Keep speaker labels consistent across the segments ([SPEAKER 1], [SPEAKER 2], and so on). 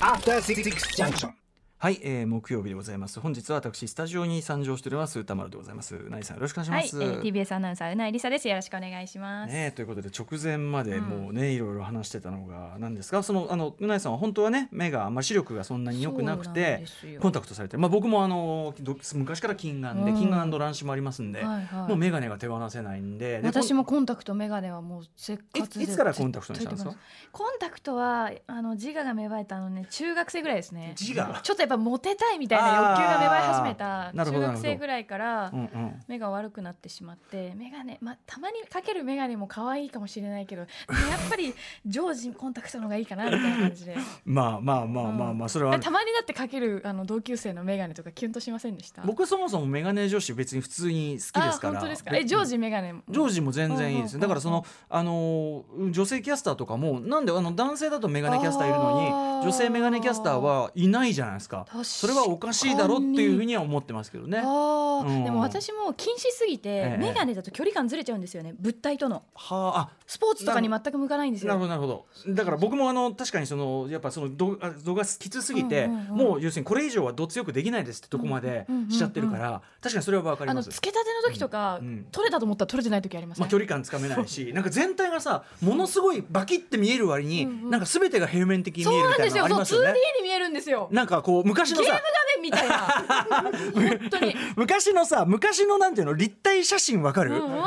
[SPEAKER 1] アフターシックスジャンクション
[SPEAKER 2] はい、えー、木曜日でございます。本日は私スタジオに参上しております歌丸でございます。なりさんよろしくお願いし
[SPEAKER 3] は
[SPEAKER 2] ま
[SPEAKER 3] い、え
[SPEAKER 2] す。
[SPEAKER 3] ー、TBS アナウンサーうないりさですよろしくお願いします、
[SPEAKER 2] ねえ、ということで直前まで
[SPEAKER 3] うん
[SPEAKER 2] もうね、いろいろ話してたのがなんですがそのあのうないさんは本当はね目があんまり視力がそんなに良くなくてコンタクトされてる、まあ、僕もあのど昔から近眼で、
[SPEAKER 3] うん
[SPEAKER 2] 近眼乱視もありますんで、
[SPEAKER 3] はいはい、
[SPEAKER 2] もう眼鏡が手放せないんでで
[SPEAKER 3] 私もコンタクトメガネはもうせっ
[SPEAKER 2] い
[SPEAKER 3] かつ
[SPEAKER 2] いつからコンタクトにしたんですか
[SPEAKER 3] コンタクトはあの自我が芽生えたのね中学生ぐらいですね
[SPEAKER 2] 自我
[SPEAKER 3] ちょっとやっぱモテたいみたいな欲求が芽生え始め
[SPEAKER 2] あ
[SPEAKER 3] た
[SPEAKER 2] ーなるほど
[SPEAKER 3] 中学生ぐらいから
[SPEAKER 2] うんうん
[SPEAKER 3] 目が悪くなってしまってメガネ、まあ、たまにかけるメガネも可愛いかもしれないけどでもやっぱり常時コンタクトの方がいいかなみたいな 感じで
[SPEAKER 2] まあまあまあまあまあそれはある
[SPEAKER 3] たまにだってかけるあの同級生のメガネとかキュンとしませんでした
[SPEAKER 2] 僕はそもそも眼鏡女子別に普通に好きですから
[SPEAKER 3] あ本当ですかえジョージメガネも
[SPEAKER 2] ジョージも全然いいですね。
[SPEAKER 3] うん
[SPEAKER 2] だからその、あのー女性キャスターとかもなんであの男性だとメガネキャスターいるの
[SPEAKER 3] あー
[SPEAKER 2] に女性メガネキャスターはいないじゃないですか
[SPEAKER 3] 確かに
[SPEAKER 2] それはおかしいだろっていうふうには思ってますけどね。は
[SPEAKER 3] あー
[SPEAKER 2] うん
[SPEAKER 3] でも私も禁止すぎ
[SPEAKER 2] え
[SPEAKER 3] て
[SPEAKER 2] え
[SPEAKER 3] メガネだと距離感ずれちゃうんですよね物体との
[SPEAKER 2] ああ
[SPEAKER 3] スポーツとかに全く向かないんです
[SPEAKER 2] なるほ
[SPEAKER 3] よ
[SPEAKER 2] どなるほどだから僕もあの確かにそのやっぱその度あ度がきつすぎて、
[SPEAKER 3] うんうんうん
[SPEAKER 2] もう要するにこれ以上はどつよくできないですってとこまでしちゃってるから、確かにそれはわかり
[SPEAKER 3] あ
[SPEAKER 2] ま
[SPEAKER 3] の
[SPEAKER 2] す
[SPEAKER 3] つ。けたての時とか、
[SPEAKER 2] うんうん
[SPEAKER 3] 取れたと思ったら取れてない時あります
[SPEAKER 2] ま
[SPEAKER 3] ね
[SPEAKER 2] あ、距離感つかめないしなんか全体がさものすごいバキって見える割に、
[SPEAKER 3] うんうん
[SPEAKER 2] なんか全てが平面的に見
[SPEAKER 3] そ
[SPEAKER 2] え
[SPEAKER 3] う
[SPEAKER 2] るみ
[SPEAKER 3] なん
[SPEAKER 2] た
[SPEAKER 3] で
[SPEAKER 2] い
[SPEAKER 3] す
[SPEAKER 2] なの
[SPEAKER 3] よ
[SPEAKER 2] あり
[SPEAKER 3] そう
[SPEAKER 2] ます
[SPEAKER 3] 2D
[SPEAKER 2] よね。
[SPEAKER 3] に見えるんですよ
[SPEAKER 2] なんかこう昔
[SPEAKER 3] ゲー
[SPEAKER 2] の
[SPEAKER 3] ム画
[SPEAKER 2] さ
[SPEAKER 3] 面みたいな本当に
[SPEAKER 2] 昔のさ昔のなんていうの立体写真わかる、
[SPEAKER 3] うん
[SPEAKER 2] こ
[SPEAKER 3] う
[SPEAKER 2] うん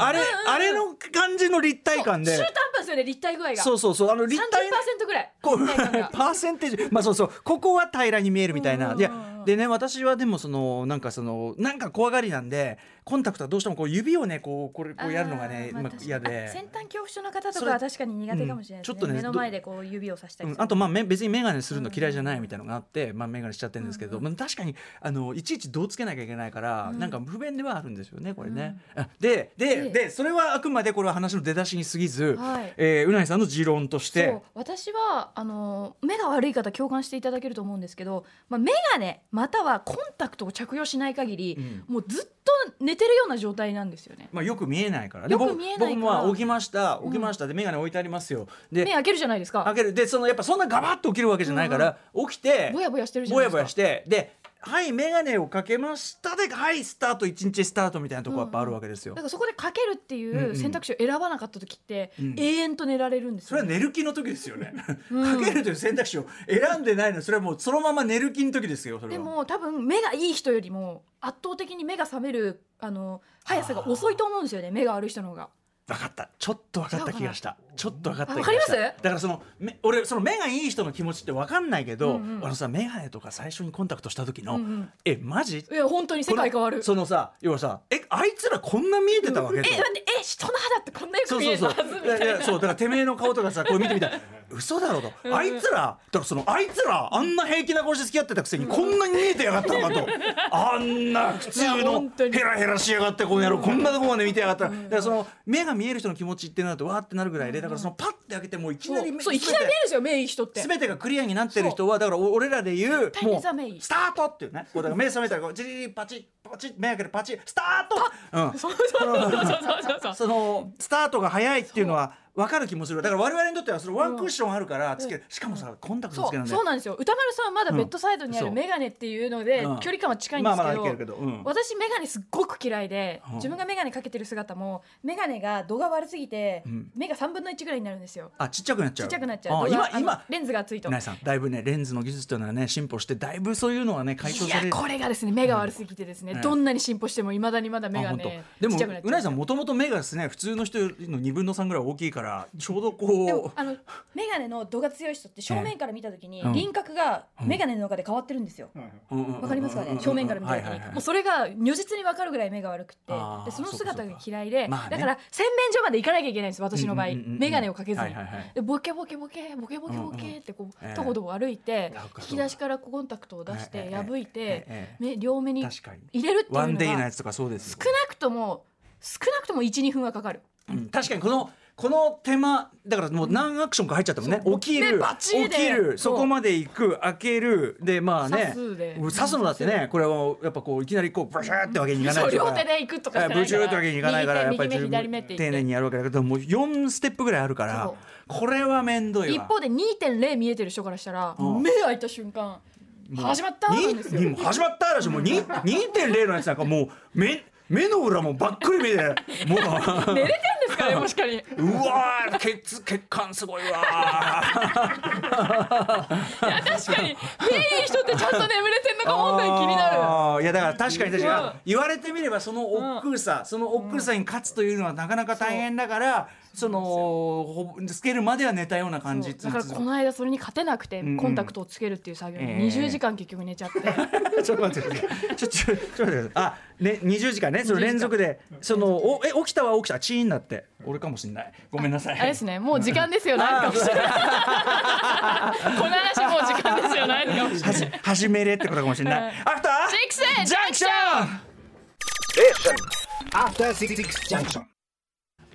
[SPEAKER 2] あれ、あれの感じの立体感
[SPEAKER 3] 中
[SPEAKER 2] で
[SPEAKER 3] 途半端ですよね立体具合が
[SPEAKER 2] そうそうそうあの立体の
[SPEAKER 3] 30%ぐらい
[SPEAKER 2] こう
[SPEAKER 3] 立体感が
[SPEAKER 2] パーセンテージまあそうそうここは平らに見えるみたいな、
[SPEAKER 3] うんうんうん
[SPEAKER 2] いやでね私はでもそのなんかそのなんか怖がりなんでコンタクトはどうしてもこう指をねこうこれこうやるのがね
[SPEAKER 3] あー
[SPEAKER 2] ま
[SPEAKER 3] ま
[SPEAKER 2] あ
[SPEAKER 3] あ確かに
[SPEAKER 2] 嫌で
[SPEAKER 3] あ先端恐怖症の方と
[SPEAKER 2] そ
[SPEAKER 3] か
[SPEAKER 2] れ
[SPEAKER 3] は確かに苦手かもしれ
[SPEAKER 2] うん
[SPEAKER 3] ないですね、
[SPEAKER 2] ちょっとね
[SPEAKER 3] 目の前でこう指をさした
[SPEAKER 2] う
[SPEAKER 3] り
[SPEAKER 2] ん
[SPEAKER 3] す、る
[SPEAKER 2] あとまあめ別に眼鏡するの嫌いじゃないみたいなのがあって、まあ、眼鏡しちゃってるんですけど、
[SPEAKER 3] うんう
[SPEAKER 2] まあ、確かにあのいちいちどうつけなきゃいけないから、
[SPEAKER 3] うん
[SPEAKER 2] なんか不便ではあるんですよねこれね。あでで
[SPEAKER 3] で
[SPEAKER 2] でそれはあくまでこれは話の出だしに過ぎず、
[SPEAKER 3] はい
[SPEAKER 2] えーうないさんの持論とし
[SPEAKER 3] そ
[SPEAKER 2] て
[SPEAKER 3] う私はあの目が悪い方共感していただけると思うんですけど、まあ、眼鏡またはコンタクトを着用しない限り、
[SPEAKER 2] う
[SPEAKER 3] もうずっと寝てるような状態なんですよね。
[SPEAKER 2] まあ、よく見えないから
[SPEAKER 3] よく見えないか
[SPEAKER 2] 僕
[SPEAKER 3] ら
[SPEAKER 2] 僕もまあ起きました起きましたで眼鏡置いてありますよ。で
[SPEAKER 3] 目開けるじゃないですか
[SPEAKER 2] 開けるでそのやっぱそんなガバッと起きるわけじゃないから、起きて
[SPEAKER 3] ぼやぼやしてるじゃ
[SPEAKER 2] ぼ
[SPEAKER 3] ない
[SPEAKER 2] や
[SPEAKER 3] ですか
[SPEAKER 2] ぼやしてで「はい眼鏡をかけました」で「はいスタート一日スタート」みたいなとこやっぱあるわけですよ。
[SPEAKER 3] だからそこでかけるっていう選択肢を選ばなかった時って、
[SPEAKER 2] うん
[SPEAKER 3] 永遠と寝られるんです
[SPEAKER 2] それ
[SPEAKER 3] よ、
[SPEAKER 2] は
[SPEAKER 3] ね、
[SPEAKER 2] 寝る気の時ですよね。
[SPEAKER 3] う
[SPEAKER 2] か
[SPEAKER 3] ん
[SPEAKER 2] けるという選択肢を選んでないのそれはもうそのまま寝る気の時ですよそれ
[SPEAKER 3] で
[SPEAKER 2] は。
[SPEAKER 3] も多分目がいい人よりも圧倒的に目が覚めるあの速さが遅いと思うんですよね目が悪い人の方が。
[SPEAKER 2] 分かったちょっと分かった気がしたちょっと分かった気が
[SPEAKER 3] あわかりま
[SPEAKER 2] した
[SPEAKER 3] す
[SPEAKER 2] だからそのめ俺その目がいい人の気持ちって分かんないけど、
[SPEAKER 3] うんうん
[SPEAKER 2] あのさ眼鏡とか最初にコンタクトした時の「
[SPEAKER 3] うんうん
[SPEAKER 2] えマジ?」
[SPEAKER 3] いや本当に世界変わる。
[SPEAKER 2] そのさ要はさ「えあいつらこんな見えてたわけ?」
[SPEAKER 3] え
[SPEAKER 2] と
[SPEAKER 3] なんでえ人の肌ってこんなよ
[SPEAKER 2] そ
[SPEAKER 3] く
[SPEAKER 2] うそう
[SPEAKER 3] 見える
[SPEAKER 2] そ
[SPEAKER 3] は
[SPEAKER 2] う
[SPEAKER 3] ずみたい
[SPEAKER 2] いやい
[SPEAKER 3] な
[SPEAKER 2] や。そうだからてめえの顔とかさこう見てみたら 嘘だろと、あいつらだからそのあいつらあんな平気な顔して付き合ってたくせにこんなに見えてやがったのかとあんな普通
[SPEAKER 3] いや
[SPEAKER 2] の
[SPEAKER 3] 本当に
[SPEAKER 2] ヘラヘラしやがってこの野郎こんなとこまで見てやがったらだからその目が見える人の気持ちってなるとわーってなるぐらいでだからそのパッて開けてもういきなり目
[SPEAKER 3] そういきなり目ですよ目いい人って
[SPEAKER 2] 全てがクリアになってる人はだからお俺らで言う
[SPEAKER 3] 絶対
[SPEAKER 2] も
[SPEAKER 3] 目
[SPEAKER 2] う
[SPEAKER 3] 覚めいい
[SPEAKER 2] スタートっていうねこうだから目覚めたらこうジリリリパチッパチッ目開けてパチッスタートうん
[SPEAKER 3] そうそうそうそうそうそう
[SPEAKER 2] そのスタートが早いっていうのは分かる気もするだから我々にとってはそのワンクッションあるからつけるしかもさコンタクト
[SPEAKER 3] そ
[SPEAKER 2] つけな
[SPEAKER 3] うん
[SPEAKER 2] で
[SPEAKER 3] そうなんですよ歌丸さんはまだベッドサイドにあ
[SPEAKER 2] う
[SPEAKER 3] る
[SPEAKER 2] ん
[SPEAKER 3] 眼鏡っていうので
[SPEAKER 2] うん
[SPEAKER 3] 距離感は近いんですけ
[SPEAKER 2] まあまあいけるけど
[SPEAKER 3] ど
[SPEAKER 2] うん
[SPEAKER 3] 私眼鏡すっごく嫌いで
[SPEAKER 2] うん
[SPEAKER 3] 自分が眼鏡かけてる姿も眼鏡が度が悪すぎて
[SPEAKER 2] うん
[SPEAKER 3] 目が3分の1ぐらいになるんですよ
[SPEAKER 2] あちっちゃくなっちゃ
[SPEAKER 3] ち
[SPEAKER 2] う
[SPEAKER 3] っちゃくなっちゃ
[SPEAKER 2] あ
[SPEAKER 3] う度が
[SPEAKER 2] 今
[SPEAKER 3] あの
[SPEAKER 2] 今
[SPEAKER 3] レンズが厚いと
[SPEAKER 2] なえさんだいぶねレンズの技術というのはね進歩してだいぶそういうのはね解消
[SPEAKER 3] い
[SPEAKER 2] され
[SPEAKER 3] や
[SPEAKER 2] る
[SPEAKER 3] これがですね目が悪すぎてですね
[SPEAKER 2] うん
[SPEAKER 3] どんなに進歩してもいまだにまだ目
[SPEAKER 2] あ
[SPEAKER 3] が
[SPEAKER 2] 本当
[SPEAKER 3] ね
[SPEAKER 2] で
[SPEAKER 3] ち
[SPEAKER 2] も
[SPEAKER 3] っちゃくなっちゃ
[SPEAKER 2] うなえさんもともと目がですね普通の人よりの2分の3ぐらい大きいからちょうどこう
[SPEAKER 3] でもあの眼鏡の度が強い人って正面から見た時に
[SPEAKER 2] うん
[SPEAKER 3] 輪郭が眼鏡の中で変わってるんですよ。
[SPEAKER 2] うんうんうんうん
[SPEAKER 3] わかりますかね正面から見た時
[SPEAKER 2] はい
[SPEAKER 3] に
[SPEAKER 2] はいはい
[SPEAKER 3] もうそれが如実に分かるぐらい目が悪くって
[SPEAKER 2] あー
[SPEAKER 3] でその
[SPEAKER 2] そうかそうか
[SPEAKER 3] 姿が嫌いで
[SPEAKER 2] まあね
[SPEAKER 3] だから洗面所まで行かなきゃいけないんです私の場合
[SPEAKER 2] うんうんうんうん
[SPEAKER 3] 眼鏡をかけず
[SPEAKER 2] は
[SPEAKER 3] に
[SPEAKER 2] いはいはい
[SPEAKER 3] でボケボケボケボケボケボ
[SPEAKER 2] うんうん
[SPEAKER 3] ケってこ
[SPEAKER 2] ええ
[SPEAKER 3] うとこどこ歩いて
[SPEAKER 2] そうか
[SPEAKER 3] 引き出しからコンタクトを出し
[SPEAKER 2] え
[SPEAKER 3] て
[SPEAKER 2] えええ
[SPEAKER 3] 破い
[SPEAKER 2] え
[SPEAKER 3] て
[SPEAKER 2] え
[SPEAKER 3] 目両目に
[SPEAKER 2] 確かに
[SPEAKER 3] 入れるっていうの
[SPEAKER 2] ワ
[SPEAKER 3] が
[SPEAKER 2] ンデイのや
[SPEAKER 3] 少
[SPEAKER 2] つとかそうですよ
[SPEAKER 3] なくとも少なくとも12分はかかる
[SPEAKER 2] うん確かにこのこの手間だからもう何アクションか入っちゃったもんね起き
[SPEAKER 3] で
[SPEAKER 2] る
[SPEAKER 3] バチ
[SPEAKER 2] 起
[SPEAKER 3] ーで
[SPEAKER 2] きる
[SPEAKER 3] そ
[SPEAKER 2] そうこまで行く開けるでまあね
[SPEAKER 3] 刺すで
[SPEAKER 2] 刺すのだってねこれはやっぱこういきなりこうブシューってわけにいかない
[SPEAKER 3] そう
[SPEAKER 2] から
[SPEAKER 3] 両手で行くとかじゃないから
[SPEAKER 2] ブチューってわけにいかないからやっ
[SPEAKER 3] 右
[SPEAKER 2] ぱ
[SPEAKER 3] 手
[SPEAKER 2] り
[SPEAKER 3] 右目左目って
[SPEAKER 2] 丁寧にやるわけだけどもう4ステップぐらいあるから
[SPEAKER 3] そう
[SPEAKER 2] これはめんどい
[SPEAKER 3] 一
[SPEAKER 2] わ
[SPEAKER 3] 方で2.0見えてる人からしたら
[SPEAKER 2] うん
[SPEAKER 3] 目開いた瞬間始まったなんです
[SPEAKER 2] に
[SPEAKER 3] よ
[SPEAKER 2] に始まったでしょもうに2.0のやつなんかもう目目の裏もばっくり見えてもう
[SPEAKER 3] 寝れてんですかねもしかに
[SPEAKER 2] うわー血血管すごいわー
[SPEAKER 3] 確かに目いい人ってちゃんと眠れてんのか問題気になる
[SPEAKER 2] あーいやだから確かに確かに、
[SPEAKER 3] うん
[SPEAKER 2] 言われてみればその億劫さ、その億劫さに勝つというのはなかなか大変だから、そのほぼつけるまでは寝たような感じって
[SPEAKER 3] そうだからこの間それに勝てなくて
[SPEAKER 2] んうん
[SPEAKER 3] コンタクトをつけるっていう作業に
[SPEAKER 2] ええ
[SPEAKER 3] 20時間結局寝ちゃっ て
[SPEAKER 2] ちょっと待ってください。ちょちょちょっと待ってください。あ、ね、二十時間ね、その連続で、そのおえ起きたは起きた、チーンなって、俺かもしれない。ごめんなさい。
[SPEAKER 3] あれですねもう時間ですよないのかも しれないこの話もう時間ですよないのかもしれない
[SPEAKER 2] はじ始めれってことかもしれない。アフター
[SPEAKER 3] シックスジ
[SPEAKER 2] ジャ
[SPEAKER 3] ャ
[SPEAKER 2] ン
[SPEAKER 3] ン
[SPEAKER 2] ク
[SPEAKER 3] ク
[SPEAKER 2] シ
[SPEAKER 3] シ
[SPEAKER 2] ョ
[SPEAKER 3] ョ
[SPEAKER 2] ン。
[SPEAKER 1] After Six Junction.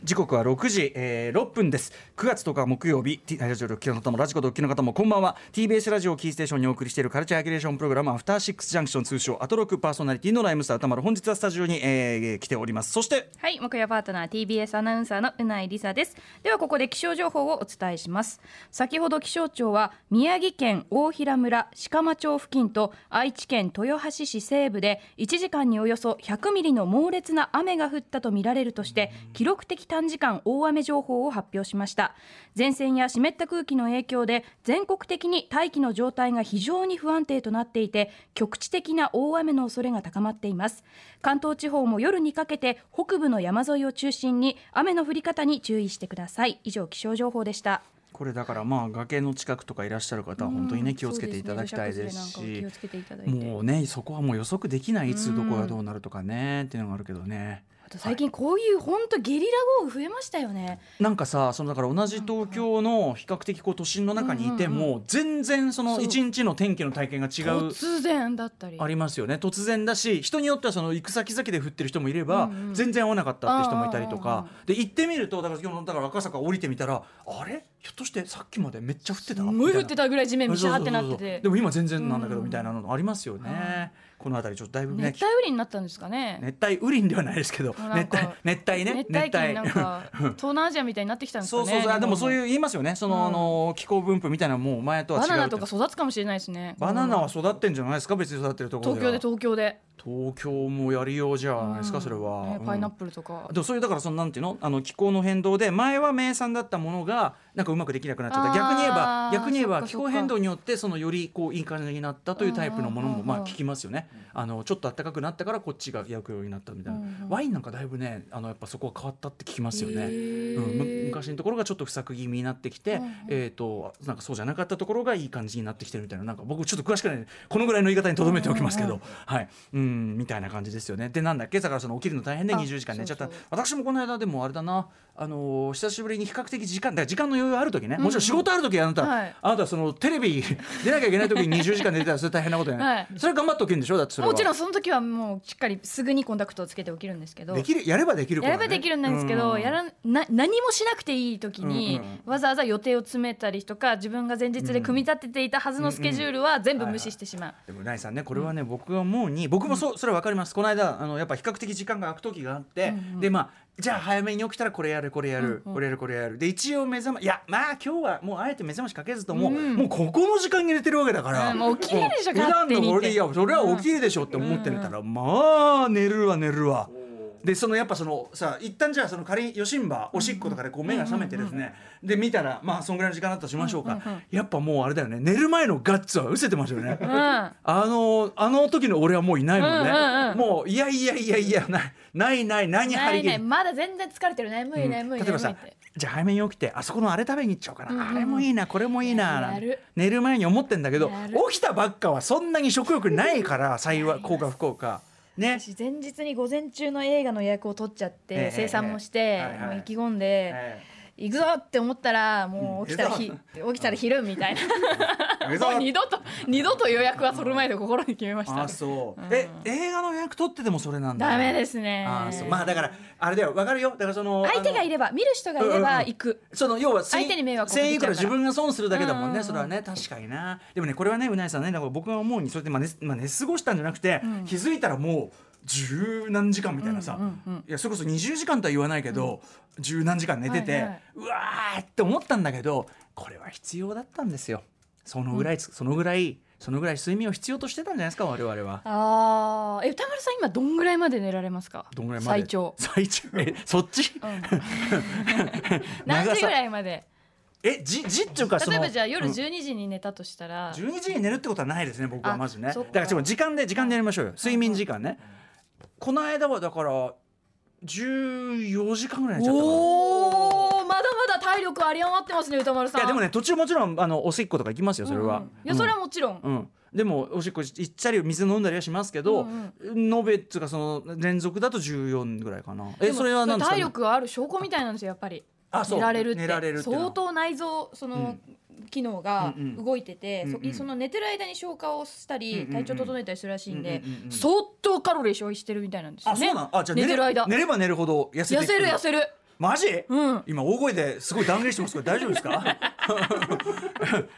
[SPEAKER 2] 時刻は6時、えー、6分です9月10日木曜日 T ラジオドッキリの方もラジコドッキリの方もこんばんは TBS ラジオをキーステーションにお送りしているカルチャーアキュレーションプログラムアフターシックスジャンクション通称アトロックパーソナリティのライムスター歌丸本日はスタジオに、えー、来ておりますそして
[SPEAKER 4] はい木曜パートナー TBS アナウンサーのうないりさですではここで気象情報をお伝えします先ほど気象庁は宮城県大平村鹿間町付近と愛知県豊橋市西部で1時間におよそ100ミリの猛烈な雨が降ったとみられるとして記録的短時間大雨情報を発表しました前線や湿った空気の影響で全国的に大気の状態が非常に不安定となっていて局地的な大雨の恐れが高まっています関東地方も夜にかけて北部の山沿いを中心に雨の降り方に注意してください以上気象情報でした
[SPEAKER 2] これだからまあ崖の近くとかいらっしゃる方は本当にね気をつけていただきたいです
[SPEAKER 4] そうです
[SPEAKER 2] し
[SPEAKER 4] ね土砂崩れなんかを気をつけていただいて
[SPEAKER 2] もうねそこはもう予測できないいつどこがどうなるとかねっていうのがあるけどね。
[SPEAKER 4] あと最近こういう本当ゲリラ豪雨増えましたよね
[SPEAKER 2] なんかさそのだから同じ東京の比較的こう都心の中にいても全然その
[SPEAKER 4] そう
[SPEAKER 2] 一日の天気の体験が違う
[SPEAKER 3] 突然だったり
[SPEAKER 2] ありますよね突然だし人によってはその行く先々で降ってる人もいれば、全然会わなかったって人もいたりとかで行ってみるとだから今日だから赤坂降りてみたらあれひょっとしてさっきまでめっちゃ降ってた
[SPEAKER 3] もう降って
[SPEAKER 2] た
[SPEAKER 3] たぐらい地面
[SPEAKER 2] そう
[SPEAKER 3] ビシ
[SPEAKER 2] そう
[SPEAKER 3] ャ
[SPEAKER 2] そ
[SPEAKER 3] ーってな
[SPEAKER 2] う
[SPEAKER 3] って
[SPEAKER 2] そう
[SPEAKER 3] て
[SPEAKER 2] でも今全然なんだけどみたいなのありますよね、この辺りちょっとだいぶね
[SPEAKER 3] 熱帯雨林になったんですかね
[SPEAKER 2] 熱帯雨林ではないですけど
[SPEAKER 3] あなん
[SPEAKER 2] 熱
[SPEAKER 3] か
[SPEAKER 2] 帯熱帯ね
[SPEAKER 3] 熱帯期になんか東南アジアみたいになってきたんです
[SPEAKER 2] そ
[SPEAKER 3] かね
[SPEAKER 2] うそうそうあでもそう
[SPEAKER 3] う
[SPEAKER 2] いう言いますよねその、あの気候分布みたいなのもう前とは違う
[SPEAKER 3] バナナ
[SPEAKER 2] って
[SPEAKER 3] とか育つかもしれないですね
[SPEAKER 2] バナナは育ってんじゃないですか別に育ってるところ
[SPEAKER 3] 東
[SPEAKER 2] では
[SPEAKER 3] 京で東京で
[SPEAKER 2] 東京もやりようじゃないですか、それは、
[SPEAKER 3] ね
[SPEAKER 2] うん
[SPEAKER 3] パイナップルとか
[SPEAKER 2] でもそういうだからそのなんていうのあの気候の変動で前は名産だったものがなんかうまくできなくなっちゃった
[SPEAKER 3] あー
[SPEAKER 2] 逆に言えば逆に言えば
[SPEAKER 3] そっか
[SPEAKER 2] 気
[SPEAKER 3] そっか
[SPEAKER 2] 候変動によってそのよりこういい感じになったというタイプのもの
[SPEAKER 3] うんうん
[SPEAKER 2] も
[SPEAKER 3] うん
[SPEAKER 2] まあ聞きますよねあのちょっと暖かくなったからこっちが焼くようになったみたいなワインなんかだいぶねあのやっぱそこは変わったって聞きますよね。うん、む昔のところがちょっと不作気味になってきて、えっ、となんかそうじゃなかったところがいい感じになってきてるみたいななんか僕ちょっと詳しくないこのぐらいの言い方にとどめておきますけど、はい、うんみたいな感じですよね。でなんだっけだからその起きるの大変で
[SPEAKER 3] あ
[SPEAKER 2] 20時間寝ちゃった
[SPEAKER 3] そうそう
[SPEAKER 2] 私もこの間でもあれだなあのー久しぶりに比較的時間だから時間の余裕ある時ね、もちろん仕事ある時あなた、
[SPEAKER 3] はい
[SPEAKER 2] あなたそのテレビ出なきゃいけない時に20時間寝てたらそれ大変なことやね、
[SPEAKER 3] はい
[SPEAKER 2] それ頑張っておけるんでしょだってそれは
[SPEAKER 3] もちろんその時はもうしっかりすぐにコンタクトをつけておきるんですけど
[SPEAKER 2] できるやればできる
[SPEAKER 3] やればできるんですけど、や
[SPEAKER 2] ら
[SPEAKER 3] らな何もしなくていい時に、
[SPEAKER 2] うんうん
[SPEAKER 3] わざわざ予定を詰めたりとか自分が前日で組み立てていたはずのスケジュールは全部無視してしまう。
[SPEAKER 2] でもうないさんねこれはね、僕は思うに僕もそうそれは分かりますこの間あのやっぱ比較的時間が空く時があって、でまあじゃあ早めに起きたらこれやるこれやる、これやるこれやるで一応目覚まいやまあ今日はもうあえて目覚ましかけずとも、もうここの時間に寝てるわけだから、
[SPEAKER 3] うんもう起きれるでしょ
[SPEAKER 2] もう普
[SPEAKER 3] 勝
[SPEAKER 2] 段
[SPEAKER 3] 手
[SPEAKER 2] の
[SPEAKER 3] に
[SPEAKER 2] これでいやそれは起きるでしょって思って寝たら、まあ寝るわ寝るわ。でそのやっぱそのさ一旦じゃあその仮にヨシンバおしっことかでこう目が覚めてですね、で見たらまあそんぐらいの時間だったとしましょうか、やっぱもうあれだよね寝る前のガッツは失せてますよね、
[SPEAKER 3] うん
[SPEAKER 2] あのあの時の俺はもういないもんね、
[SPEAKER 3] うんうんうん
[SPEAKER 2] もういやいやいやいやないないない何
[SPEAKER 3] な
[SPEAKER 2] 張り
[SPEAKER 3] い
[SPEAKER 2] 切
[SPEAKER 3] ない
[SPEAKER 2] る
[SPEAKER 3] まだ全然疲れてる眠い
[SPEAKER 2] うん
[SPEAKER 3] 眠い
[SPEAKER 2] 例え
[SPEAKER 3] 眠い
[SPEAKER 2] ば
[SPEAKER 3] っ
[SPEAKER 2] さ
[SPEAKER 3] て。
[SPEAKER 2] じゃあ早めに起きてあそこのあれ食べに行っちゃおうかな、
[SPEAKER 3] んうんうん
[SPEAKER 2] あれもいいなこれもいいな
[SPEAKER 3] やる
[SPEAKER 2] 寝る前に思ってんだけど
[SPEAKER 3] やる
[SPEAKER 2] 起きたばっかはそんなに食欲ない から幸い幸か不幸かね
[SPEAKER 3] 私前日に午前中の映画の予約を取っちゃって、
[SPEAKER 2] ええ
[SPEAKER 3] 生産もして、
[SPEAKER 2] ええはいはい
[SPEAKER 3] もう意気込んで、
[SPEAKER 2] え
[SPEAKER 3] 行くぞって思ったらもう起きたらひ、 起きたら昼 みたいな
[SPEAKER 2] 目
[SPEAKER 3] もう
[SPEAKER 2] 覚
[SPEAKER 3] 二度と二度と予約は取る前で心に決めました
[SPEAKER 2] あそうえ映画の予約取っててもそれなんだ
[SPEAKER 3] ダメですね
[SPEAKER 2] あそうまあだからあれだよわかるよだからその
[SPEAKER 3] 相手が
[SPEAKER 2] あの
[SPEAKER 3] いれば見る人がいれば行く、
[SPEAKER 2] その要は
[SPEAKER 3] 相手に迷惑をかけちゃう
[SPEAKER 2] 1000いくら
[SPEAKER 3] から
[SPEAKER 2] 自分が損するだけだもん
[SPEAKER 3] うんうんう
[SPEAKER 2] ね
[SPEAKER 3] ん
[SPEAKER 2] それはね確かになでもねこれはねうなえさんねだから僕が思うにそれでまあ寝まあ寝過ごしたんじゃなくて気づいたらもう十何時間みたいなさ
[SPEAKER 4] うんうんうん
[SPEAKER 2] いやそれこそ20時間とは言わないけど十何時間寝て
[SPEAKER 3] はい
[SPEAKER 2] て
[SPEAKER 3] はいう
[SPEAKER 2] わーって思ったんだけどこれは必要だったんですよそのぐらいそのぐらいそのぐらい睡眠を必要としてたんじゃないですか我々は。
[SPEAKER 3] ああえ歌丸さん今どんぐらいまで寝られますか
[SPEAKER 2] どんぐらいまで
[SPEAKER 3] 最長
[SPEAKER 2] 最長えそっち
[SPEAKER 3] うん 何時ぐらいまで
[SPEAKER 2] えじじっていうかその
[SPEAKER 3] 例えばじゃあ夜
[SPEAKER 2] うん
[SPEAKER 3] 12時に寝たとしたら、
[SPEAKER 2] 12時に寝るってことはないですね僕は
[SPEAKER 3] あ
[SPEAKER 2] まずねだ
[SPEAKER 3] そっ
[SPEAKER 2] か
[SPEAKER 3] から
[SPEAKER 2] ちょっと時間で時間でやりましょうよ睡眠時間ねこの間はだから14時間ぐらい寝ちゃったかな
[SPEAKER 3] おおまだまだ体力あり余ってますね歌丸さん
[SPEAKER 2] いやでもね途中もちろんあのおしっことか行きますよそれは、
[SPEAKER 3] うんうんいやそれはもちろん、
[SPEAKER 2] うん、でもおしっこ行ったり水飲んだりはしますけど、
[SPEAKER 3] うん
[SPEAKER 2] 延べっつうかその連続だと14ぐらいかな
[SPEAKER 3] で
[SPEAKER 2] え
[SPEAKER 3] も
[SPEAKER 2] それは何ですか
[SPEAKER 3] 体力がある証拠みたいなんですよやっぱり
[SPEAKER 2] あそう
[SPEAKER 3] 寝られるって
[SPEAKER 2] 寝られるっていうのは
[SPEAKER 3] 相当内臓その、機能が
[SPEAKER 2] うんうん
[SPEAKER 3] 動いてて、そ
[SPEAKER 2] うんうん
[SPEAKER 3] その寝てる間に消化をしたり、
[SPEAKER 2] うんうん
[SPEAKER 3] 体調整えたりするらしいんで、
[SPEAKER 2] うんうんうんうん
[SPEAKER 3] 相当カロリー消費してるみたいなんですよ
[SPEAKER 2] あ
[SPEAKER 3] ね
[SPEAKER 2] そうなんあじゃあ
[SPEAKER 3] 寝てる間
[SPEAKER 2] 寝れば寝るほど痩せてい
[SPEAKER 3] 痩
[SPEAKER 2] く
[SPEAKER 3] せる痩せる
[SPEAKER 2] マジ、
[SPEAKER 3] うん
[SPEAKER 2] 今大声ですごい断言してますけど大丈夫ですか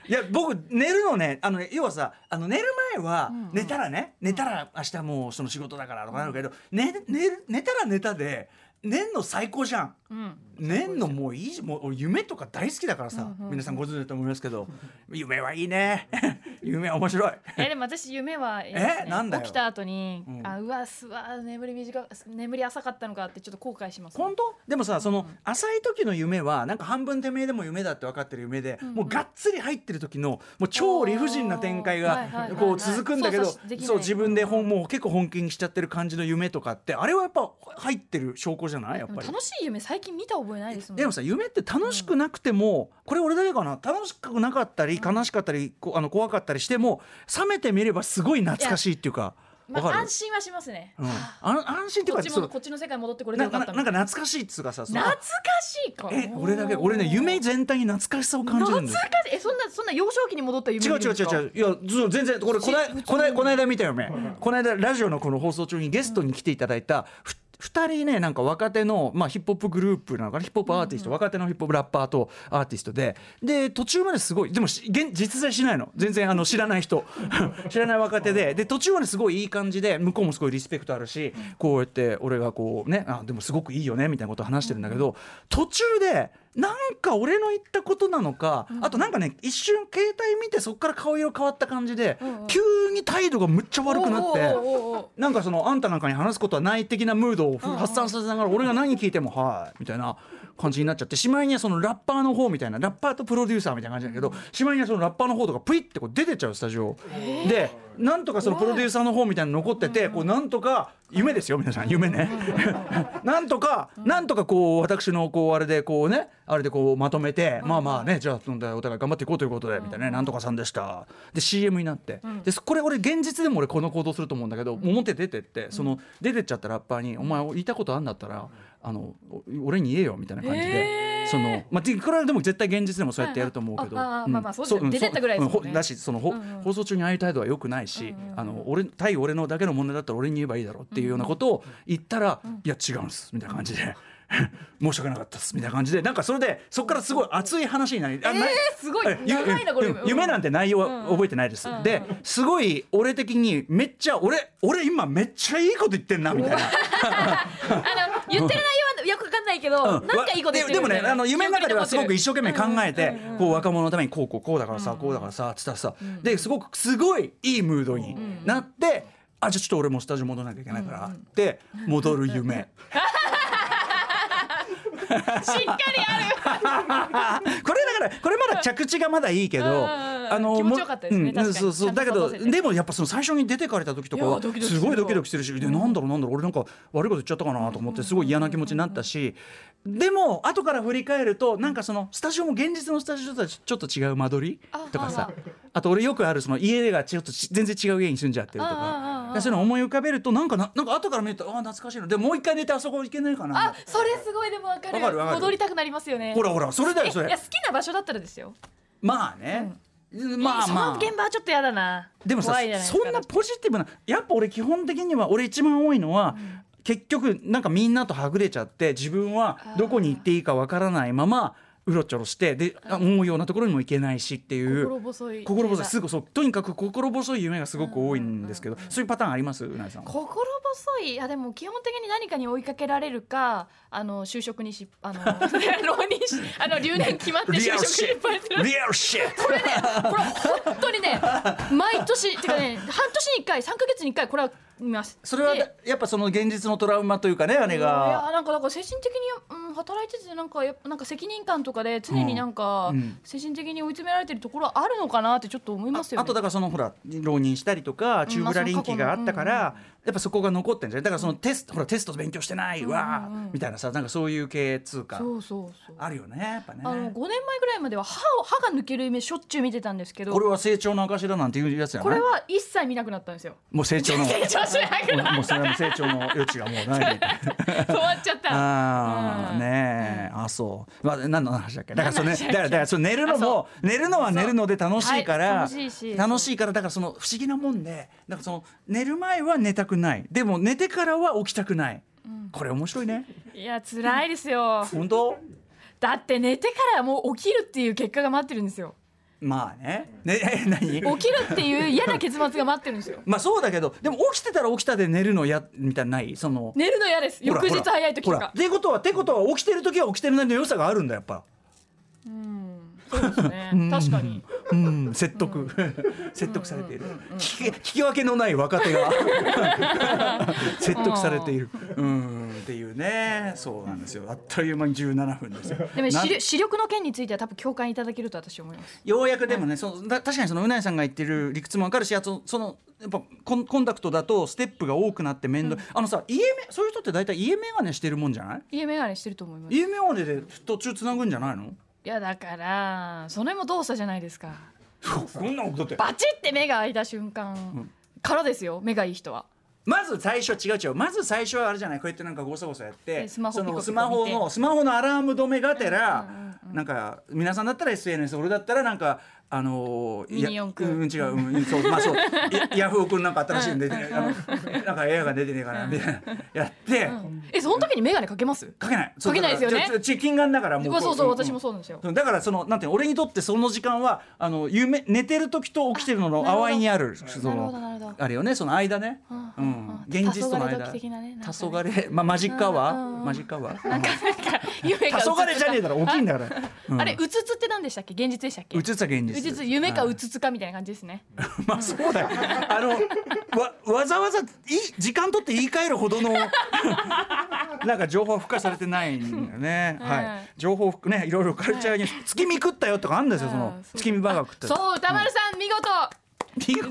[SPEAKER 2] いや僕寝るのねあのね要はさあの寝る前は
[SPEAKER 3] うんうん
[SPEAKER 2] 寝たらね、寝たら明日もうその仕事だからとかなるけど、寝寝る寝たら寝たで寝んの最高じゃん。
[SPEAKER 3] うん
[SPEAKER 2] 寝んのもういいしもう俺夢とか大好きだからさ、
[SPEAKER 3] うんうん
[SPEAKER 2] 皆さんご存知だと思いますけど夢はいいね 夢は面白い
[SPEAKER 3] えでも私夢はえ
[SPEAKER 2] えなんだよ
[SPEAKER 3] 起きた後に、
[SPEAKER 2] うん
[SPEAKER 3] あうわすわ眠り短か眠り浅かったのかってちょっと後悔します、
[SPEAKER 2] 本当でもさその浅い時の夢はなんか半分てめえでも夢だって分かってる夢で、
[SPEAKER 3] んうん
[SPEAKER 2] もうがっつり入ってる時のもう超理不尽な展開
[SPEAKER 3] はいはいはい
[SPEAKER 2] が
[SPEAKER 3] はい
[SPEAKER 2] こう続くんだけど
[SPEAKER 3] 操作できない
[SPEAKER 2] そう自分で本もう結構本気にしちゃってる感じの夢とかってあれはやっぱ入ってる証拠じゃないやっ
[SPEAKER 3] でも
[SPEAKER 2] ぱり。
[SPEAKER 3] 楽しい夢最近見た覚えないですもん
[SPEAKER 2] でもさ夢って楽しくなくても、これ俺だけかな楽しくなかったり悲しかったりこあの怖かったりしても冷めてみればすごい懐かしいっていうか
[SPEAKER 3] ま
[SPEAKER 2] わ
[SPEAKER 3] あ、
[SPEAKER 2] かる
[SPEAKER 3] 安、心はしますね、
[SPEAKER 2] うん、あ安心っていう
[SPEAKER 3] こ
[SPEAKER 2] か
[SPEAKER 3] っち
[SPEAKER 2] そ
[SPEAKER 3] も
[SPEAKER 2] の
[SPEAKER 3] こっちの世界戻ってこれて
[SPEAKER 2] な
[SPEAKER 3] よ
[SPEAKER 2] ん
[SPEAKER 3] か
[SPEAKER 2] か
[SPEAKER 3] っ
[SPEAKER 2] な
[SPEAKER 3] た
[SPEAKER 2] なん
[SPEAKER 3] みた
[SPEAKER 2] か懐か
[SPEAKER 3] い
[SPEAKER 2] しいっつうかさその
[SPEAKER 3] 懐かしいか
[SPEAKER 2] え俺だけ俺ね夢全体に懐かしさを感じるん
[SPEAKER 3] 懐
[SPEAKER 2] で
[SPEAKER 3] か
[SPEAKER 2] す
[SPEAKER 3] しいえそんなそんな幼少期に戻った夢
[SPEAKER 2] 違う違う違う違ういやず全然これこないこないこの間見たよねこの間ラジオのこの放送中にゲストに来ていただいたふ二人ねなんか若手の、まあ、ヒップホップグループなのかなヒップホップアーティスト、若手のヒップホップラッパーとアーティストでで途中まですごいでもし現実在しないの全然あの知らない人 知らない若手でで途中まですごいいい感じで向こうもすごいリスペクトあるしこうやって俺がこうねあでもすごくいいよねみたいなことを話してるんだけど途中でなんか俺の言ったことなのか、あとなんかね一瞬携帯見てそっから顔色変わった感じで、
[SPEAKER 3] んうん
[SPEAKER 2] 急に態度がむっちゃ悪くなって。
[SPEAKER 3] おうおうおうおう
[SPEAKER 2] なんかそのあんたなんかに話すことはない的なムードをふ発散させながら俺が何聞いてもはいみたいな感じになっちゃってしまいにはそのラッパーの方みたいなラッパーとプロデューサーみたいな感じだけどしまいにはそのラッパーの方とかプイってこう出てっちゃうスタジオでなんとかそのプロデューサーの方みたいなの残っててこうなんとか夢ですよ皆さん夢ね なんとかなんとかこう私のこうあれでこうねあれでこうまとめてまあまあねじゃあそんでお互い頑張っていこうということでみたいなねなんとかさんでしたで CM になってでこれ俺現実でも俺この行動すると思うんだけど表出てってその出てっちゃったラッパーに「お前言いたことあんだったらあのお俺に言えよ」みたいな感じ
[SPEAKER 3] え
[SPEAKER 2] で
[SPEAKER 3] ー
[SPEAKER 2] そのまあでこれはでも絶対現実でもそうやってやると思うけど
[SPEAKER 3] はいはいああ
[SPEAKER 2] ん
[SPEAKER 3] まあまあそうですよ
[SPEAKER 2] ん
[SPEAKER 3] 出てったぐらいですも
[SPEAKER 2] そう
[SPEAKER 3] んね
[SPEAKER 2] うんほだしそのほ
[SPEAKER 3] うんうん
[SPEAKER 2] 放送中にああいう態度は良くないしあの俺対俺のだけの問題だったら俺に言えばいいだろうっていうようなことを言ったら「いや違うんです」みたいな感じで。 申し訳なかったですみたいな感じでなんかそれでそこからすごい熱い話になりあ
[SPEAKER 3] えー
[SPEAKER 2] な
[SPEAKER 3] すごい
[SPEAKER 2] えゆ
[SPEAKER 3] 長いなこれ
[SPEAKER 2] うん夢なんて内容は覚えてないです、
[SPEAKER 3] うん
[SPEAKER 2] ですごい俺的にめっちゃ俺俺今めっちゃいいこと言ってんなみたいな
[SPEAKER 3] あの言ってる内容はよくわかんないけど、
[SPEAKER 2] うん
[SPEAKER 3] なんかいいこと言ってる
[SPEAKER 2] で
[SPEAKER 3] よ
[SPEAKER 2] もねあの夢の中ではすごく一
[SPEAKER 3] 緒
[SPEAKER 2] 生懸命考えて、
[SPEAKER 3] うんうんうん
[SPEAKER 2] こう若者のためにこうこうこうだからさ、こうだからさつったらさ、ですごくすごいいいムードになって、あじゃあちょっと俺もスタジオ戻らなきゃいけないから、で戻る夢
[SPEAKER 3] しっかりあ る
[SPEAKER 2] これだからこれまだ着地がまだいいけど、
[SPEAKER 3] うんうんうん気持
[SPEAKER 2] も
[SPEAKER 3] ちよかったですね
[SPEAKER 2] うん
[SPEAKER 3] 確かに
[SPEAKER 2] そうそう
[SPEAKER 3] ちゃ
[SPEAKER 2] だ
[SPEAKER 3] ん
[SPEAKER 2] け
[SPEAKER 3] と
[SPEAKER 2] ど
[SPEAKER 3] 想像して
[SPEAKER 2] でもやっぱその最初に出てかれた時とか
[SPEAKER 3] い
[SPEAKER 2] は
[SPEAKER 3] やドキドキす
[SPEAKER 2] す
[SPEAKER 3] る
[SPEAKER 2] ごいドキドキするし、でなんだろうなんだろう俺なんか悪いこと言っちゃったかなと思ってすごい嫌な気持ちになったし。でも後から振り返るとなんかそのスタジオも現実のスタジオとはちょっと違う間取りとか
[SPEAKER 3] あは
[SPEAKER 2] さあと俺よくあるその家がちょっとち全然違う家に住んじゃってると
[SPEAKER 3] ああああ
[SPEAKER 2] だからそういうのを思い浮かべるとなんかななんか後から見るとああ懐かしいのでもう一回寝てあそこ行けないかな
[SPEAKER 3] あそれすごいでもわかる
[SPEAKER 2] わかるわかる
[SPEAKER 3] 戻りたくなりますよね
[SPEAKER 2] ほらほらそれだよそ
[SPEAKER 4] いや
[SPEAKER 2] れ
[SPEAKER 4] 好きな場所だったらですよ
[SPEAKER 2] まあね、まあ
[SPEAKER 3] そ
[SPEAKER 2] ま
[SPEAKER 3] の
[SPEAKER 2] あ
[SPEAKER 3] 現場はちょっとやだな
[SPEAKER 2] でもさ
[SPEAKER 3] 怖いじゃないですか
[SPEAKER 2] そんなポジティブなやっぱ俺基本的には俺一番多いのは、結局なんかみんなとはぐれちゃって自分はどこに行っていいかわからないままうろちょろしてであ思うようなところにも行けないしっていう
[SPEAKER 3] 心細い
[SPEAKER 2] 心細い
[SPEAKER 3] い
[SPEAKER 2] すぐそうとにかく心細い夢がすごく多いんですけど、そういうパターンありますうなぎさんは
[SPEAKER 3] 心細いあでも基本的に何かに追いかけられるかあの就職にしあの 浪人しあの留年決まって就
[SPEAKER 2] リアル
[SPEAKER 3] 職
[SPEAKER 2] シ
[SPEAKER 3] 失
[SPEAKER 2] ッ
[SPEAKER 3] 敗す
[SPEAKER 2] ト
[SPEAKER 3] る
[SPEAKER 2] リアルシット
[SPEAKER 3] これ本当にね毎年てかね半年に一回三ヶ月に一回これは見ます
[SPEAKER 2] それは
[SPEAKER 3] で
[SPEAKER 2] だやっぱその現実のトラウマというかねあれ
[SPEAKER 3] いや
[SPEAKER 2] が
[SPEAKER 3] なんかなんか精神的に、うん、働いててなんかやっぱなんか責任感とかで常になんか、
[SPEAKER 2] うんうん
[SPEAKER 3] 精神的に追い詰められてるところはあるのかなってちょっと思いますよね。
[SPEAKER 2] あとだからそのほら浪人したりとかチューブラリン期があったから、やっぱそこが残ってんじゃないだからそのテスト、ほらテスト勉強してないわ、
[SPEAKER 3] うんうんうん
[SPEAKER 2] みたいなさなんかそういう系通貨
[SPEAKER 3] そうそうそう。
[SPEAKER 2] あるよねやっぱね
[SPEAKER 3] あの5年前ぐらいまでは歯を歯が抜ける夢しょっちゅう見てたんですけど
[SPEAKER 2] これは成長の証だなんていうやつやな
[SPEAKER 3] これは一切見なくなったんですよ。
[SPEAKER 2] もう成 長の
[SPEAKER 3] 成長しなくなっ
[SPEAKER 2] もうそれはもう成長の余地がもうない
[SPEAKER 3] た終わっちゃった。
[SPEAKER 2] ああ
[SPEAKER 3] うん
[SPEAKER 2] ねえ、あそう、まあ、何の話だっけだからそれ、ね、
[SPEAKER 3] 何の話だっ
[SPEAKER 2] だからだ
[SPEAKER 3] け
[SPEAKER 2] からそれ寝るのも寝るのは寝るので楽しいから、
[SPEAKER 3] はい楽しいし
[SPEAKER 2] 楽しいからだからその不思議なもんでなんかその寝る前は寝たくないでも寝てからは起きたくない、これ面白いね
[SPEAKER 3] いや辛いですよ。
[SPEAKER 2] 本当
[SPEAKER 3] だって寝てからもう起きるっていう結果が待ってるんですよ。
[SPEAKER 2] まあねね え何
[SPEAKER 3] 起きるっていう嫌な結末が待ってるんですよ。
[SPEAKER 2] まあそうだけどでも起きてたら起きたで寝るのやみたいなのないその
[SPEAKER 3] 寝るの嫌です。翌日早い時
[SPEAKER 2] ほ
[SPEAKER 3] と
[SPEAKER 2] らほら
[SPEAKER 3] か
[SPEAKER 2] っ。てことはってことは起きてる時は起きてるなりの良さがあるんだやっぱ
[SPEAKER 3] うんそうですね。確かに。
[SPEAKER 2] うん、説得、説得されている、聞き聞き分けのない若手が 説得されている、うん、っていうねそうなんですよあっという間に17分ですよ
[SPEAKER 3] で
[SPEAKER 2] な
[SPEAKER 3] も
[SPEAKER 2] ん
[SPEAKER 3] 視力視力の件については多分共感いただけると私思います。
[SPEAKER 2] ようやくでもね、そのだ確かにそのうなえさんが言ってる理屈もわかるしあとそのやっぱコンコンタクトだとステップが多くなって面倒、あのさ家めそういう人って大体家眼鏡してるもんじゃない
[SPEAKER 3] 家眼鏡してると思います。い
[SPEAKER 2] 家眼鏡で途中つなぐんじゃないの
[SPEAKER 3] やだからそれも動作じゃないですか。
[SPEAKER 2] そんなことって
[SPEAKER 3] バチって目が開いた瞬間からですよ。目がいい人は。
[SPEAKER 2] まず最初違う違うまず最初はあれじゃないこうやってなんかごそごそやって
[SPEAKER 3] えスマホ
[SPEAKER 2] そ
[SPEAKER 3] ピ
[SPEAKER 2] の
[SPEAKER 3] コピコ
[SPEAKER 2] スマホ
[SPEAKER 3] 見
[SPEAKER 2] の
[SPEAKER 3] て
[SPEAKER 2] スマホのアラーム止めがてら、なんか皆さんだったら SNS 俺だったらなんかあのーいや
[SPEAKER 3] ミニ四駆
[SPEAKER 2] うん違う、うん、そうまあ そうやヤフオクのなんか新しいの出てねあのなんかエアが出てねえかなみたいなやって、
[SPEAKER 3] えその時に眼鏡かけます？
[SPEAKER 2] かけない
[SPEAKER 3] かけないですよ
[SPEAKER 2] そう
[SPEAKER 3] ね
[SPEAKER 2] だからちょちょ近眼だからもう
[SPEAKER 3] そうそうそう私
[SPEAKER 2] う
[SPEAKER 3] もそうなんですよ。
[SPEAKER 2] んだからそのなんていうの俺にとってその時間はあの夢寝てる時と起きてるのの淡いにあるそ
[SPEAKER 3] なるほど
[SPEAKER 2] の
[SPEAKER 3] なるほど。
[SPEAKER 2] あれよねその間ね。
[SPEAKER 3] うん
[SPEAKER 2] う
[SPEAKER 3] うんん、
[SPEAKER 2] 現実との
[SPEAKER 3] 黄
[SPEAKER 2] 間
[SPEAKER 3] 昏時的なねなんかね
[SPEAKER 2] 黄昏まあマジックアワ
[SPEAKER 3] うんうんう
[SPEAKER 2] ー
[SPEAKER 3] ん
[SPEAKER 2] マジックアワー
[SPEAKER 3] 夢
[SPEAKER 2] 黄
[SPEAKER 3] がうつつか
[SPEAKER 2] 昏じゃねえだろ大きいんだからうん
[SPEAKER 3] あれうつつって何でしたっけ？現実でしたっけ？
[SPEAKER 2] うつつは現
[SPEAKER 3] う
[SPEAKER 2] 実
[SPEAKER 3] つつ夢か
[SPEAKER 2] はいう
[SPEAKER 3] つつかみたいな感じですね。
[SPEAKER 2] まあそうだよあのわわざわざい時間取って言い換えるほどの なんか情報は付加されてないんだよね
[SPEAKER 3] うん
[SPEAKER 2] はい情報ねいろいろカルチャーに月見食ったよとかあるんですよその
[SPEAKER 3] うんそう
[SPEAKER 2] 月見バーガー食ったよ
[SPEAKER 3] そう歌丸さん見事
[SPEAKER 2] 見事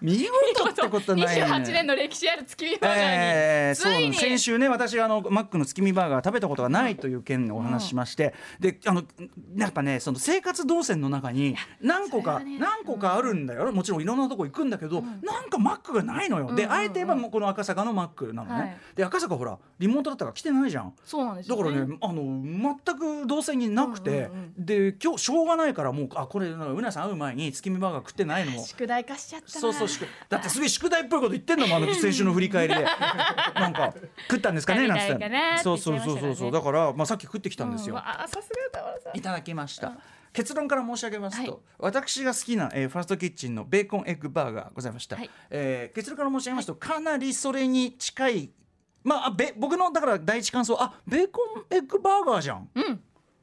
[SPEAKER 2] 見事ってことないよね
[SPEAKER 3] 28年の歴史ある月見バーガー
[SPEAKER 2] えー
[SPEAKER 3] に
[SPEAKER 2] そう
[SPEAKER 3] つ
[SPEAKER 2] ないん
[SPEAKER 3] に
[SPEAKER 2] です先週ね私あのマックの月見バーガー食べたことがないという件をお話ししまして、であのやっぱねその生活動線の中に何個か、
[SPEAKER 3] それはね
[SPEAKER 2] 何個かあるんだよ、もちろんいろんなとこ行くんだけど、なんかマックがないのよ、であえて言えばもうこの赤坂のマックなのね、
[SPEAKER 3] はい
[SPEAKER 2] で赤坂ほらリモートだったから来てないじゃん。
[SPEAKER 3] そうなんです
[SPEAKER 2] だ
[SPEAKER 3] よ
[SPEAKER 2] からね、あの全く動線になくて、で今日しょうがないからもうあこれなんかうなさん会う前に月見バーガー食ってないのも
[SPEAKER 3] 宿題化しちゃったな
[SPEAKER 2] そうそう宿だってすごい宿題っぽいこと言ってんのもんあ の先週の振り返りでなんか食ったんですかねなんて言った
[SPEAKER 3] 食べたいかなっ
[SPEAKER 2] ら
[SPEAKER 3] て
[SPEAKER 2] そ
[SPEAKER 3] 言
[SPEAKER 2] う
[SPEAKER 3] って
[SPEAKER 2] そう
[SPEAKER 3] まし
[SPEAKER 2] そうそ
[SPEAKER 3] たよね
[SPEAKER 2] うそうだからまあさっき食ってきたんです
[SPEAKER 3] う
[SPEAKER 2] よ、
[SPEAKER 3] わあさすが歌丸さん
[SPEAKER 2] いただきました、結論から申し上げますと、
[SPEAKER 3] はい
[SPEAKER 2] 私が好きな、えーファーストキッチンのベーコンエッグバーガーございました、
[SPEAKER 3] はい
[SPEAKER 2] えー結論から申し上げますと、かなりそれに近いまああべ僕のだから第一感想あベーコンエッグバーガーじゃん、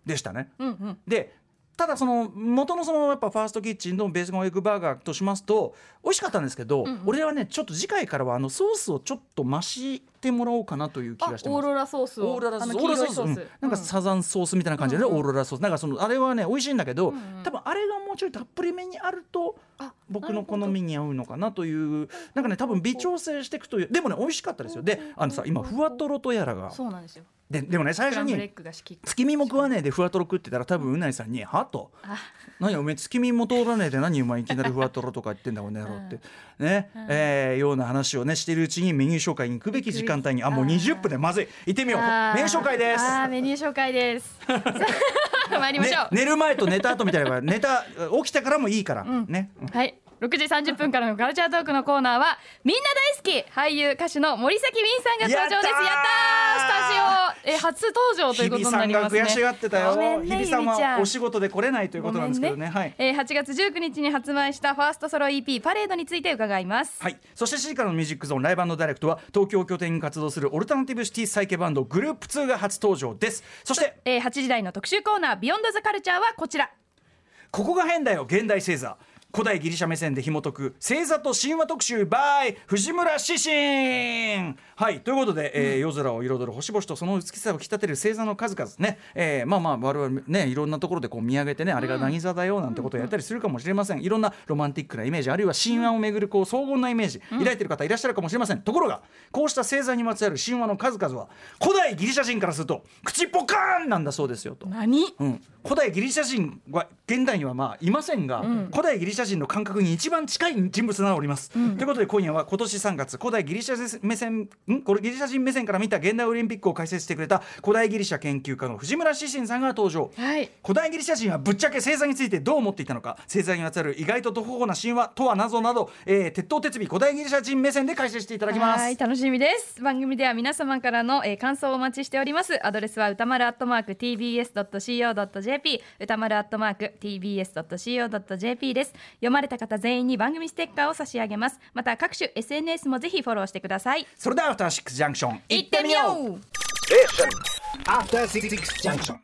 [SPEAKER 2] でしたね
[SPEAKER 3] うんうん
[SPEAKER 2] でただその元のそのやっぱファーストキッチンのベースコンエッグバーガーとしますと美味しかったんですけど、俺はねちょっと次回からはあのソースをちょっと増してもらおうかなという気
[SPEAKER 3] あオ
[SPEAKER 2] がしてま
[SPEAKER 3] ー
[SPEAKER 2] す。
[SPEAKER 3] ロラソースを
[SPEAKER 2] オーロラソー
[SPEAKER 3] あ
[SPEAKER 2] ス
[SPEAKER 3] の
[SPEAKER 2] オ
[SPEAKER 3] 黄
[SPEAKER 2] ーロ
[SPEAKER 3] 色
[SPEAKER 2] ラソー
[SPEAKER 3] い
[SPEAKER 2] ス、
[SPEAKER 3] ソース
[SPEAKER 2] うんなんかサザンソースみたいな感じで、ねオーロラソースなんかそのあれはね美味しいんだけど、多分あれがもうちょいたっぷりめにあると
[SPEAKER 3] あ
[SPEAKER 2] 僕の好みに合うのかなというなんかね多分微調整していくというでもね美味しかったですよであのさ今ふわとろとやらが
[SPEAKER 3] そうなんですよ
[SPEAKER 2] ででもね最
[SPEAKER 4] クラ
[SPEAKER 2] 初
[SPEAKER 4] ンブレ
[SPEAKER 2] に
[SPEAKER 4] ックが仕切っ
[SPEAKER 2] 月見も食わねえでふわとろ食ってたら多分うないさんに「は?」と
[SPEAKER 4] あ
[SPEAKER 2] 「何おめえ月見も通らねえで何お前いきなりふわとろとか言ってんだこの野郎」ってねえーような話をねしているうちにメニュー紹介に行くべき時間帯にあもう20分でまずい行ってみよ うメ
[SPEAKER 3] あー
[SPEAKER 2] ニュー紹介です
[SPEAKER 3] あーメニュー紹介です。 さあ参りましょう。
[SPEAKER 2] ね寝る前と寝た後みたいな寝た 起きてからもいいから、ね
[SPEAKER 3] はい。
[SPEAKER 4] 6時30分からのカルチャートークのコーナーはみんな大好き俳優歌手の森崎ウィンさんが登場ですや
[SPEAKER 2] や
[SPEAKER 4] っ
[SPEAKER 2] ったたー
[SPEAKER 4] ースタジオえ初登場とい
[SPEAKER 2] 日
[SPEAKER 4] う
[SPEAKER 2] 比
[SPEAKER 4] ことに
[SPEAKER 2] さ
[SPEAKER 4] なんり
[SPEAKER 2] が
[SPEAKER 4] ますね
[SPEAKER 2] 悔しがってたよ、
[SPEAKER 3] ごめんね
[SPEAKER 2] 日比さん
[SPEAKER 3] ゆりちゃ
[SPEAKER 2] は
[SPEAKER 3] ん
[SPEAKER 2] お仕事で来れないということなんですけどねはい
[SPEAKER 4] えー8月19日に発売したファーストソロ EP パレードについて伺います
[SPEAKER 2] はい、そしてシーカのミュージックゾーンライブダイレクトは東京を拠点に活動するオルタナティブシティサイケバンドグループ2が初登場ですそして
[SPEAKER 4] えー8時台の特集コーナービヨンドザカルチャーはこちら
[SPEAKER 2] ここが変だよ現代星座古代ギリシャ目線で紐解く星座と神話特集 by 藤村志信はいということで、えー夜空を彩る星々とその美しさを引き立てる星座の数々ね、えーまあまあ我々ねいろんなところでこう見上げてねあれが何座だよなんてことをやったりするかもしれませんいろんなロマンティックなイメージあるいは神話をめぐるこう荘厳なイメージ抱いてる方いらっしゃるかもしれませんところがこうした星座にまつわる神話の数々は古代ギリシャ人からすると口ポカーンなんだそうですよと。
[SPEAKER 4] 何
[SPEAKER 2] うん、古代ギリシャ人は現代にはまあいませんが、古代ギリシャ人の感覚に一番近い人物なのおります、ということで今夜は今年3月古代ギリシャ目線んこれギリシャ人目線から見た現代オリンピックを解説してくれた古代ギリシャ研究家の藤村志信さんが登場、
[SPEAKER 3] はい。
[SPEAKER 2] 古代ギリシャ人はぶっちゃけ星座についてどう思っていたのか星座にまつわる意外と途方な神話とは謎など、えー、鉄頭鉄尾古代ギリシャ人目線で解説していただきます
[SPEAKER 4] はい楽しみです番組では皆様からの、えー感想をお待ちしておりますアドレスは歌丸アットマーク tbs.co.jp 歌丸アットマーク tbs.co.jp です読まれた方全員に番組ステッカーを差し上げますまた各種 SNS もぜひフォローしてください
[SPEAKER 2] それではアフターシックスジャンクション
[SPEAKER 4] 行ってみよう
[SPEAKER 1] After Six Junction.